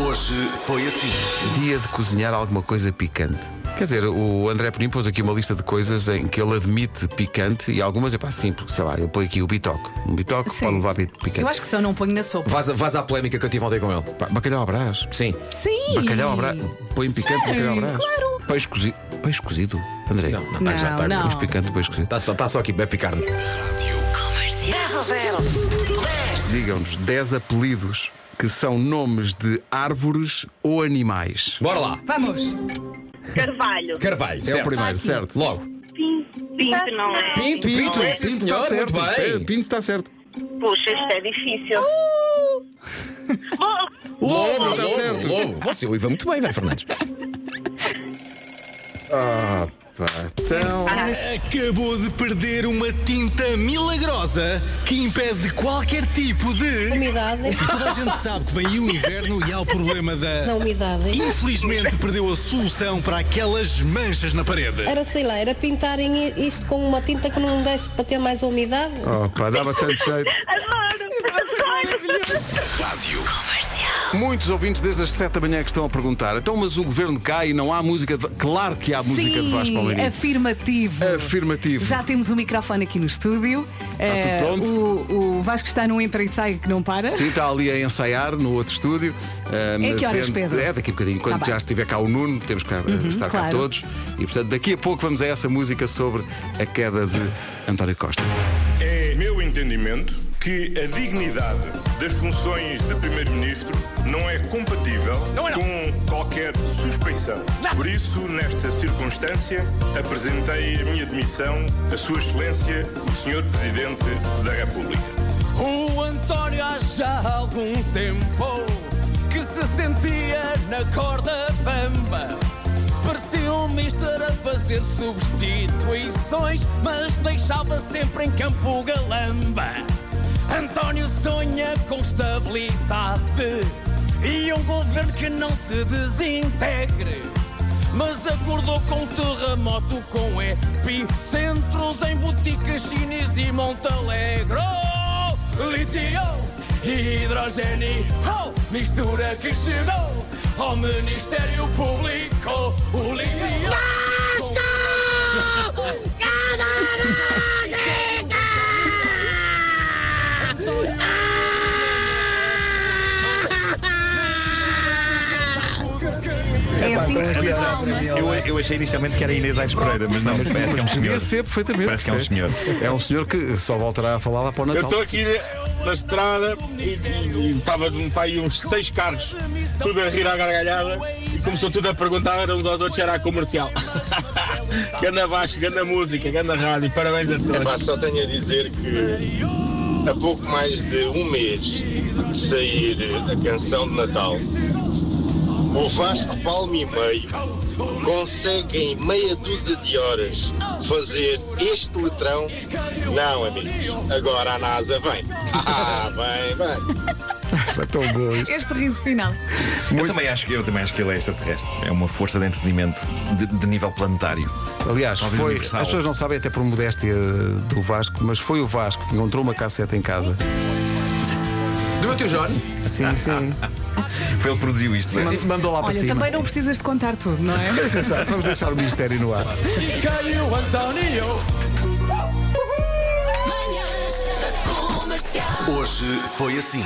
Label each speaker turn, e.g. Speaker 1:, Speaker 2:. Speaker 1: Hoje foi assim.
Speaker 2: Dia de cozinhar alguma coisa picante. Quer dizer, o André Penin pôs aqui uma lista de coisas em que ele admite picante e algumas é pá, simples, sei lá, ele põe aqui o bitoque. Um bitoque
Speaker 3: Sim.
Speaker 2: pode levar pi- picante.
Speaker 3: Eu acho que se eu não ponho na sopa.
Speaker 4: Vaza, vaza a polémica que eu tive ontem com ele.
Speaker 2: Pá, bacalhau à brás.
Speaker 4: Sim.
Speaker 3: Sim!
Speaker 2: Bacalhau à Ah, brás. Põe picante,
Speaker 3: Sim,
Speaker 2: bacalhau à brás.
Speaker 3: claro.
Speaker 2: Peixe cozido. Peixe cozido? André.
Speaker 4: não,
Speaker 3: Não, não.
Speaker 2: Peixe picante, peixe cozido.
Speaker 4: Está só, tá só aqui, bebe carne.
Speaker 2: Digam-nos 10 apelidos que são nomes de árvores ou animais.
Speaker 4: Bora lá.
Speaker 3: Vamos!
Speaker 5: Carvalho.
Speaker 4: Carvalho.
Speaker 2: É o primeiro, certo?
Speaker 4: Logo.
Speaker 5: Pinto não é.
Speaker 4: Pinto, Pinto, sim, senhor,
Speaker 2: está tá certo.
Speaker 4: muito bem.
Speaker 2: Pinto está certo.
Speaker 5: Puxa, isto é difícil. Bom,
Speaker 2: Lobo, está
Speaker 4: lobo,
Speaker 2: tá certo.
Speaker 4: lobo. Você o Ivan muito bem, Vera Fernandes.
Speaker 2: Ah, pá, então.
Speaker 3: Ah.
Speaker 1: Acabou de perder uma tinta milagrosa que impede
Speaker 6: Qualquer tipo de.
Speaker 7: umidade,
Speaker 6: E toda a gente sabe que vem aí o inverno e há o problema
Speaker 7: da
Speaker 6: da.
Speaker 7: umidade.
Speaker 6: Infelizmente perdeu a solução para aquelas manchas na parede.
Speaker 7: Era, sei lá, era pintarem i- isto com uma tinta que não desse para ter mais umidade.
Speaker 2: Oh, pá, dava tanto jeito.
Speaker 5: adoro.
Speaker 2: Muitos ouvintes desde as 7 da manhã que estão a perguntar: então, mas o governo cai e não há música de. Claro que há música de Vasco
Speaker 3: Sim, é
Speaker 2: Palmeirinho.
Speaker 3: afirmativo.
Speaker 2: Afirmativo.
Speaker 3: Já temos o microfone aqui no estúdio. Eh,
Speaker 2: tudo
Speaker 3: O, o Vasco está num entra e sai que não para.
Speaker 2: Sim, está ali a ensaiar no outro estúdio. Ah,
Speaker 3: Em que
Speaker 2: mas
Speaker 3: horas,
Speaker 2: é-
Speaker 3: Pedro?
Speaker 2: É daqui a bocadinho. Quando
Speaker 3: Tá bem. Uhum,
Speaker 2: já estiver cá o Nuno, temos que ah, estar cá
Speaker 3: claro.
Speaker 2: todos. E portanto, daqui a pouco vamos a essa música sobre a queda de António Costa.
Speaker 8: É meu entendimento que a dignidade das funções de Primeiro-Ministro não é compatível com qualquer suspeição. Por isso, nesta circunstância, apresentei a minha demissão a Sua Excelência, o Sr. Presidente da República.
Speaker 9: O António há já algum tempo que se sentia na corda bamba. Parecia um mister a fazer substituições, mas deixava sempre em campo o galamba. António sonha com estabilidade e um governo que não se desintegre. Mas acordou com um terremoto com epicentros em boticas chineses e Montalegro. Litio e hidrogênio, oh, mistura que chegou ao Ministério Público. O litio.
Speaker 3: É assim que se lê a alma.
Speaker 10: Eu, eu achei inicialmente que era Inês Aires Pereira, mas não, parece que é um senhor.
Speaker 2: Podia ser perfeitamente.
Speaker 10: Parece que é um senhor.
Speaker 2: É um senhor que só voltará a falar lá para o Natal.
Speaker 8: aqui na estrada e estava de um pai uns seis carros, tudo a rir à gargalhada, e começou tudo a perguntar uns aos outros se era comercial. ganda Vasco, ganda música, ganda rádio, parabéns a todos.
Speaker 11: Pá, só tenho a dizer que há pouco mais de um mês de sair a canção de Natal, o Vasco Palme e meio consegue em meia dúzia de horas fazer este letrão? Não, amigos, agora a NASA vem. Ah, vem, vem.
Speaker 2: É tão bom isto.
Speaker 3: Este riso final.
Speaker 10: Eu, também acho, que- eu também acho que ele é extraterrestre. É uma força de entendimento de, de nível planetário.
Speaker 2: Aliás,
Speaker 10: Talvez
Speaker 2: foi, as
Speaker 10: universal.
Speaker 2: pessoas não sabem até por modéstia do Vasco, mas foi o Vasco que encontrou uma casseta em casa.
Speaker 4: Do meu tio Jorge.
Speaker 2: Sim, sim.
Speaker 10: Foi ele que produziu isto. não é?
Speaker 2: Mandou lá para
Speaker 3: Olha,
Speaker 2: cima.
Speaker 3: também não precisas de contar tudo, não é?
Speaker 2: Sim, sabe, Vamos deixar o mistério no ar.
Speaker 9: E caiu António.
Speaker 1: Hoje foi assim.